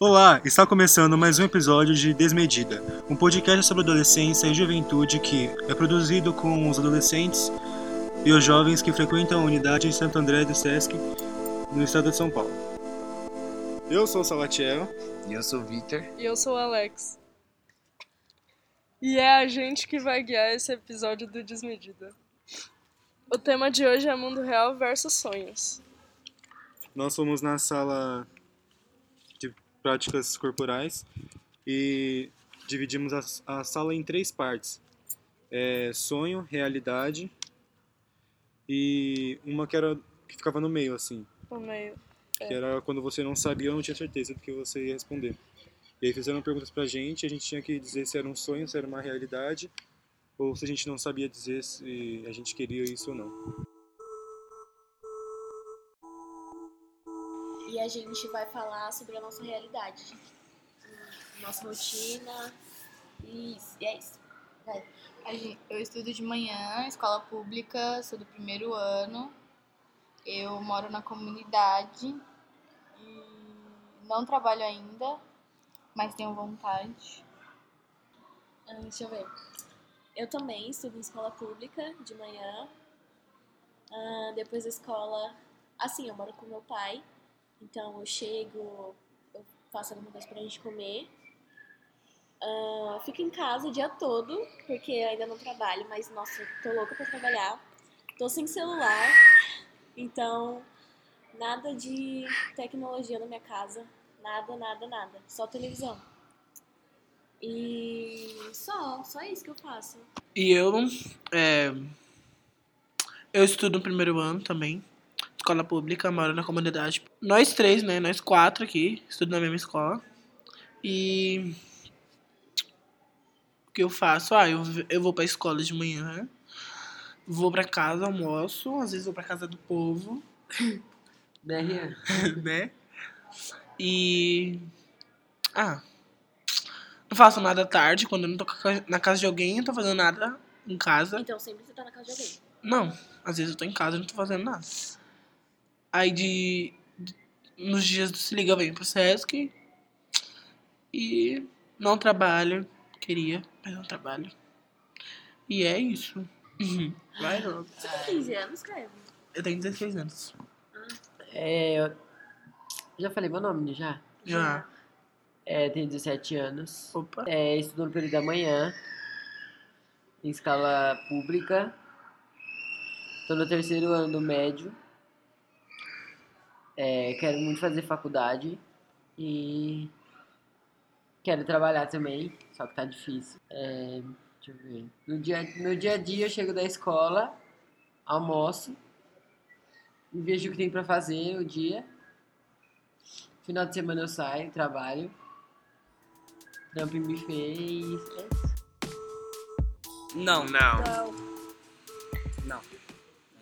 Olá, está começando mais um episódio de Desmedida, um podcast sobre adolescência e juventude que é produzido com os adolescentes e os jovens que frequentam a unidade em Santo André do Sesc, no estado de São Paulo. Eu sou o Salatiel. E eu sou o Vitor. É, E eu sou o Alex. E é a gente que vai guiar esse episódio do Desmedida. O tema de hoje é mundo real versus sonhos. Nós fomos na sala de práticas corporais e dividimos a, a sala em três partes: É, sonho, realidade e uma que era que ficava no meio assim, No meio. que era quando você não sabia, não tinha certeza do que você ia responder. E aí fizeram perguntas pra gente, a gente tinha que dizer se era um sonho, se era uma realidade, ou se a gente não sabia dizer se a gente queria isso ou não. E a gente vai falar sobre a nossa realidade, hum, nossa rotina. E, isso, e é isso. A gen- Eu estudo de manhã, escola pública, sou do primeiro ano. Eu moro na comunidade e não trabalho ainda, mas tenho vontade. Ah, deixa eu ver. Eu também estudo em escola pública de manhã. Ah, depois da escola, assim, eu moro com meu pai. Então eu chego, eu faço alguma coisa pra gente comer. Ah, eu fico em casa o dia todo, porque eu ainda não trabalho, mas nossa, eu tô louca pra trabalhar. Tô sem celular, então nada de tecnologia na minha casa. Nada, nada, nada. Só televisão. E só, só isso que eu faço. E eu. é, eu estudo no primeiro ano também. Escola pública, moro na comunidade. Nós três, né? Nós quatro aqui, estudo na mesma escola. E. O que eu faço? Ah, eu, eu vou pra escola de manhã. né? Vou pra casa, almoço. Às vezes vou pra casa do povo, Né, Rian? né? E. Ah. Não faço nada à tarde. Quando eu não tô ca- na casa de alguém, eu não tô fazendo nada em casa. Então sempre você tá na casa de alguém. Não, às vezes eu tô em casa e não tô fazendo nada. Aí de. Nos dias do Se Liga eu venho pro Sesc. E não trabalho. Queria, mas não trabalho. E é isso. Uhum. Vai, Rob. Você tem 15 anos, cara. Eu tenho 16 anos. É, eu... Já falei meu nome, né, já? Já. É, tenho 17 anos. Opa. É, estudo no período da manhã. Em escala pública. Tô no terceiro ano do médio. É, quero muito fazer faculdade. E... Quero trabalhar também, só que tá difícil. É, deixa eu ver. No dia, no dia a dia eu chego da escola, almoço, e vejo o que tem pra fazer o dia. Final de semana eu saio, trabalho, trampo em buffet e é isso. Não. Não. Aí não.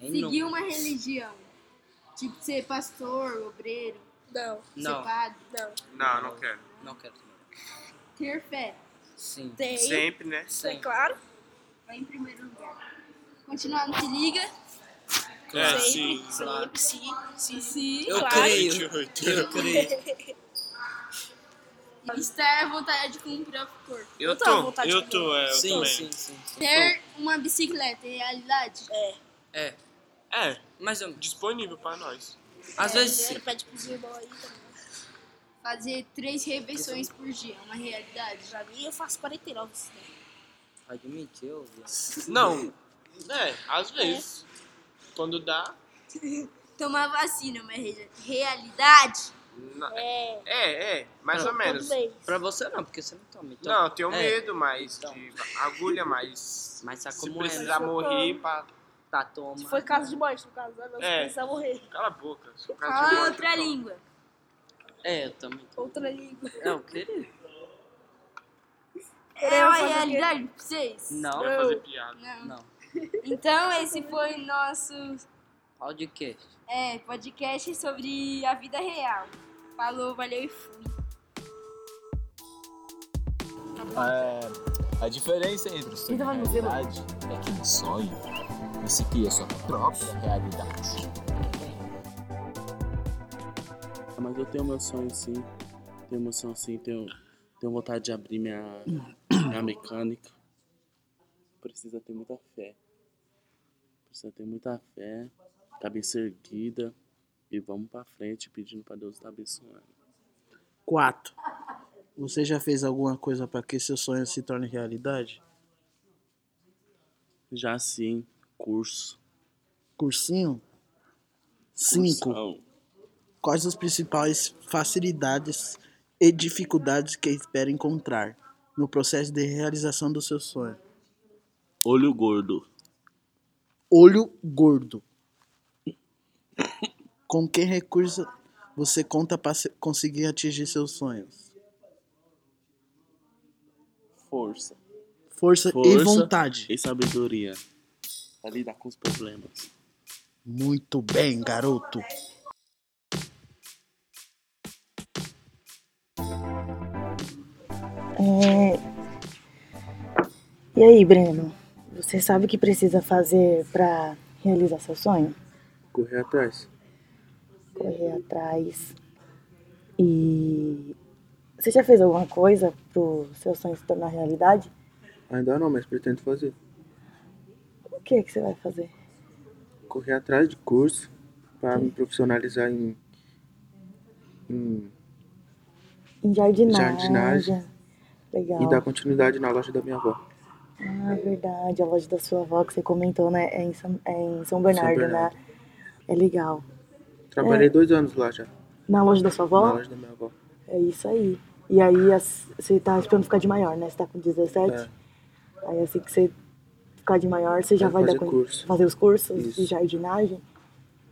Seguir uma religião, tipo ser pastor, obreiro, Não, ser Não, padre, não. Não, não quero. não quero também. ter fé, Sim. Tem. Sempre, né? É Sim. claro. vai em primeiro lugar. Continuar no Se Liga, É, Sempre, sim. sempre, sim, sim, se Eu Claro. creio. Eu creio. estar à é vontade de cumprir o corpo. Eu tô à tô, vontade eu de tô, é, eu sim, também. sim, sim, sim. É. Ter uma bicicleta, realidade. É, É, mais ou menos. disponível pra nós. Às vezes sim. Pede tipo, pros irmãos aí também. Fazer três refeições por dia, uma realidade. Pra mim, eu faço 49. Admitiu, Não, é, às vezes. Quando dá. Tomar vacina, mas realidade. na- É, É, é, mais Não, ou menos. tudo bem. Pra você não, porque você não toma. Então, Não, eu tenho É. medo, mas Então. de agulha, mas. Mas sabe Se como precisar é? né? morrer, pá. Tá, toma. Se foi caso de morte, no caso, né? Não É. se precisar morrer. Cala a boca. se o cara te Fala gosta, outra então. tipo, língua. É, eu também. tomo. Outra língua. É, eu creio. um É uma realidade pra vocês? Eu Não, ia fazer piada. Não. não. Então, esse foi o nosso Podcast. é, podcast sobre a vida real. Falou, valeu e fui. A diferença entre o sonho e a realidade é que no sonho você cria sua é própria realidade. Ah, Mas eu tenho meu sonho sim. por emoção assim, tenho, tenho vontade de abrir minha, minha mecânica. Precisa ter muita fé. Precisa ter muita fé, cabeça erguida e vamos pra frente pedindo pra Deus estar abençoando. 4. Você já fez alguma coisa para que seu sonho se torne realidade? Já sim, curso. Cursinho? 5. Cursão. Quais as principais facilidades e dificuldades que espera encontrar no processo de realização do seu sonho? Olho gordo. Olho gordo. Com que recurso você conta para conseguir atingir seus sonhos? Força. Força, e Força vontade. E sabedoria. Pra lidar com os problemas. Muito bem, garoto. É, E aí, Breno? Você sabe o que precisa fazer pra realizar seu sonho? Correr atrás. Correr atrás. E você já fez alguma coisa pro seu sonho se tornar realidade? Ainda não, mas pretendo fazer. O que que você vai fazer? Correr atrás de curso para me profissionalizar em, em- Em jardinagem. Jardinagem. Legal. e dar continuidade na loja da minha avó. Ah, verdade. A loja da sua avó que você comentou, né? É em São, é em São Bernardo, Bernardo. né? É legal. Trabalhei É. dois anos lá já. Na loja da sua avó? Na loja da minha avó. É isso aí. E aí as- você tá esperando ficar de maior, né? Você tá com 17. Aí assim que você ficar de maior, você já É. Quero vai dar fazer con- curso. fazer os cursos de Isso. jardinagem.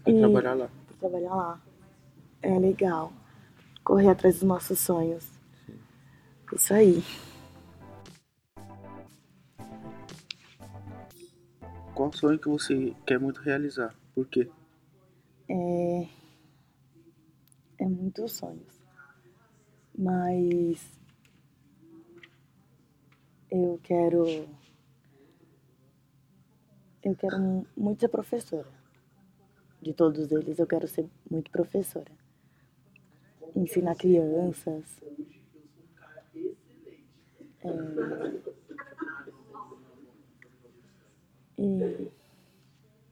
Vai trabalhar lá. Pra trabalhar lá. É legal. Correr atrás dos nossos sonhos. Isso aí. Qual sonho que você quer muito realizar? Por quê? É, é muitos sonhos. Mas eu quero. Eu quero mu- muito ser professora. De todos eles, eu quero ser muito professora. Ensinar crianças. É, E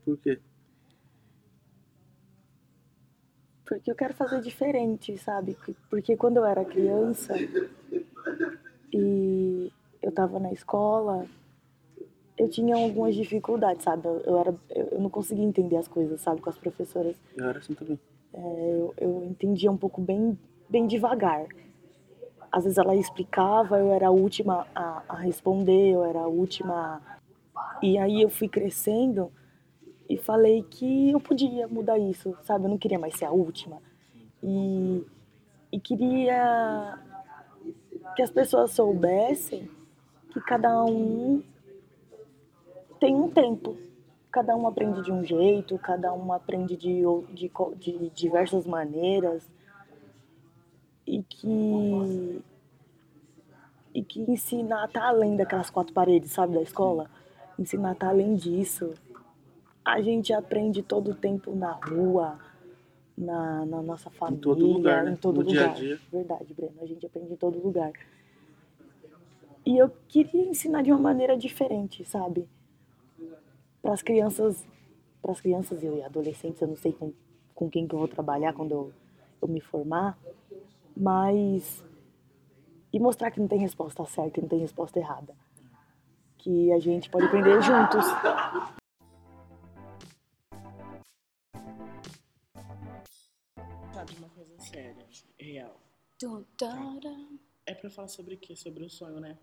Por quê? porque eu quero fazer diferente, sabe? Que- Porque quando eu era criança e eu tava na escola, eu tinha algumas dificuldades, sabe? Eu, eu era, eu, eu não conseguia entender as coisas, sabe? Com as professoras. Eu era assim também. É, eu, eu entendia um pouco bem, bem devagar. Às vezes ela explicava, eu era a última a, a responder, eu era a última. a- E aí eu fui crescendo e falei que eu podia mudar isso, sabe? Eu não queria mais ser a última. E, e queria que as pessoas soubessem que cada um tem um tempo. Cada um aprende de um jeito, cada um aprende de, ou- de, co- de diversas maneiras. E que. E que ensinar tá além daquelas quatro paredes, sabe, da escola? Ensinar tá além disso. A gente aprende todo o tempo na rua, na, na nossa família, todo lugar, né? em todo No dia a lugar. dia. Verdade, Breno. A gente aprende em todo lugar. E eu queria ensinar de uma maneira diferente, sabe? Para as crianças, para as crianças e adolescentes, eu não sei com, com quem que eu vou trabalhar quando eu, eu me formar, mas e mostrar que não tem resposta certa e não tem resposta errada. Que a gente pode aprender juntos. Tá, de uma coisa séria, real. Tum, taram. É pra falar sobre o quê? Sobre o sonho, né?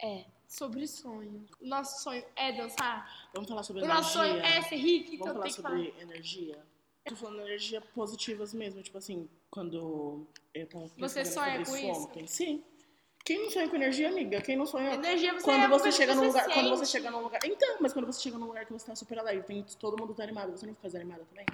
É. Sobre sonho. O nosso sonho é dançar? Vamos falar sobre O energia. nosso sonho é ser rico, então Vamos falar tem que sobre falar. energia. Tô falando energia positivas mesmo, tipo assim, quando eu tava Você pesquisando sonha sobre com isso? ontem. Sim. Quem não sonha com energia, amiga? Quem não sonha? Energia você quando é uma você coisa chega que num você lugar, quando você sente. chega num lugar. Então, mas quando você chega num lugar que você tá super alegre, tem todo mundo tá animado, você não fica desanimada também?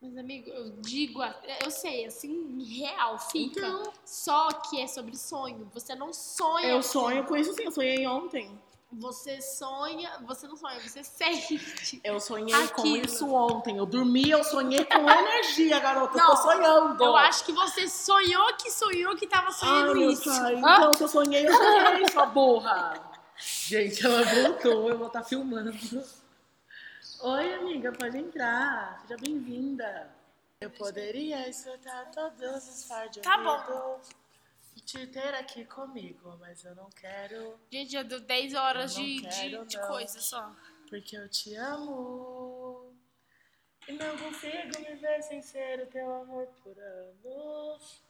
Mas, amigo, eu digo, a- eu sei, assim, real, fica. Então. Só que é sobre sonho. Você não sonha. Eu sonho com isso sim, eu sonhei ontem. Você sonha, você não sonha, você sente. Eu sonhei com Aquilo. isso ontem. Eu dormi, eu sonhei com energia, garota. eu Não, tô sonhando. Eu acho que você sonhou que sonhou que tava sonhando Ai, meu isso. pai, Hã? então se eu sonhei, eu sonhei, sua burra. Gente, ela voltou, eu vou estar filmando. Oi, amiga, pode entrar. Seja bem-vinda. Eu poderia escutar todos os par de Tá ouvido e te ter aqui comigo, mas eu não quero. Gente, já deu 10 horas Eu não de, de, quero, de não. coisa só. Porque eu te amo. E não consigo me ver sem ser o teu amor por anos.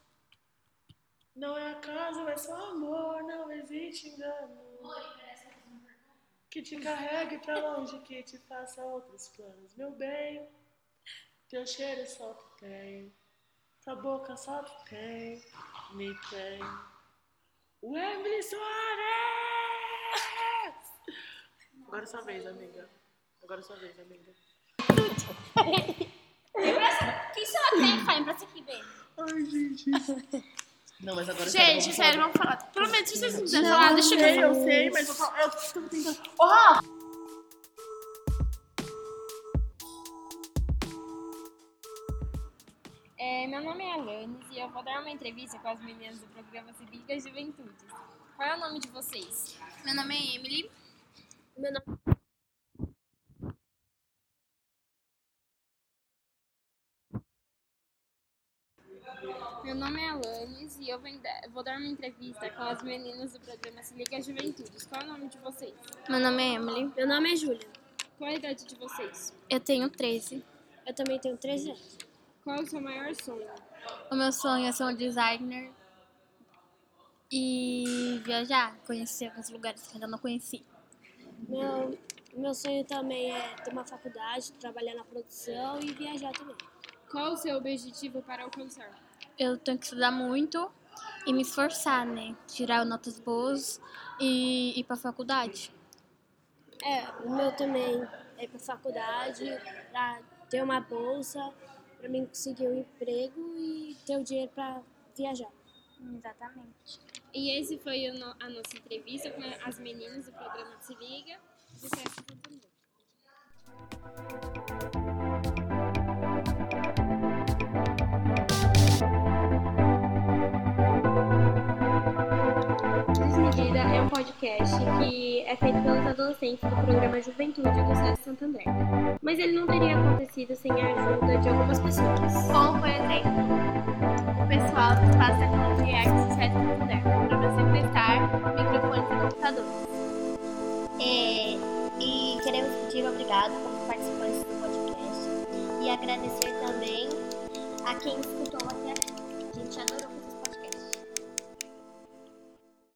Não é acaso, é só amor, não existe engano. Que te carregue pra longe, que te faça outros planos, meu bem. Teu cheiro só tu tem, tua boca só tu tem, me tem. Wembley Soares! Agora é sua vez, amiga. Agora é sua vez, amiga. Quem será que tem fã pra se aqui ver? Ai, gente. Não, mas agora Gente, sério, vamos falar. Pelo menos vocês não quiserem falar, deixa eu sei, eu sei, mas eu falo. Eu tô tentando. Ô, Rafa! É, meu nome é Alanis e eu vou dar uma entrevista com as meninas do programa Se Liga Juventudes. Qual é o nome de vocês? Meu nome é Emily. Meu nome Meu nome é Alanis e eu venho da- vou dar uma entrevista com as meninas do programa Se Liga Juventudes. Qual é o nome de vocês? Meu nome é Emily. Meu nome é Júlia. Qual a idade de vocês? Eu tenho 13. Eu também tenho 13 anos. Qual é o seu maior sonho? O meu sonho é ser um designer e viajar, conhecer alguns lugares que eu ainda não conheci. Meu, meu sonho também é ter uma faculdade, trabalhar na produção e viajar também. Qual o seu objetivo para alcançar? Eu tenho que estudar muito e me esforçar, né? Tirar notas boas e ir pra faculdade. É, o meu também é ir pra faculdade, pra ter uma bolsa, pra mim conseguir um emprego e ter o dinheiro pra viajar. Exatamente. E esse foi o no- a nossa entrevista com as meninas do programa Se Liga. Sucesso pra todo mundo. Desmedida é um podcast que é feito pelos adolescentes do programa Juventude do SESC Santo André. Mas ele não teria acontecido sem a ajuda de algumas pessoas. Como, por exemplo, O pessoal que faz tecnologia e arte sociais do Santander, para facilitar microfones e computadores. É, e queremos pedir obrigado aos participantes do podcast e agradecer também a quem escutou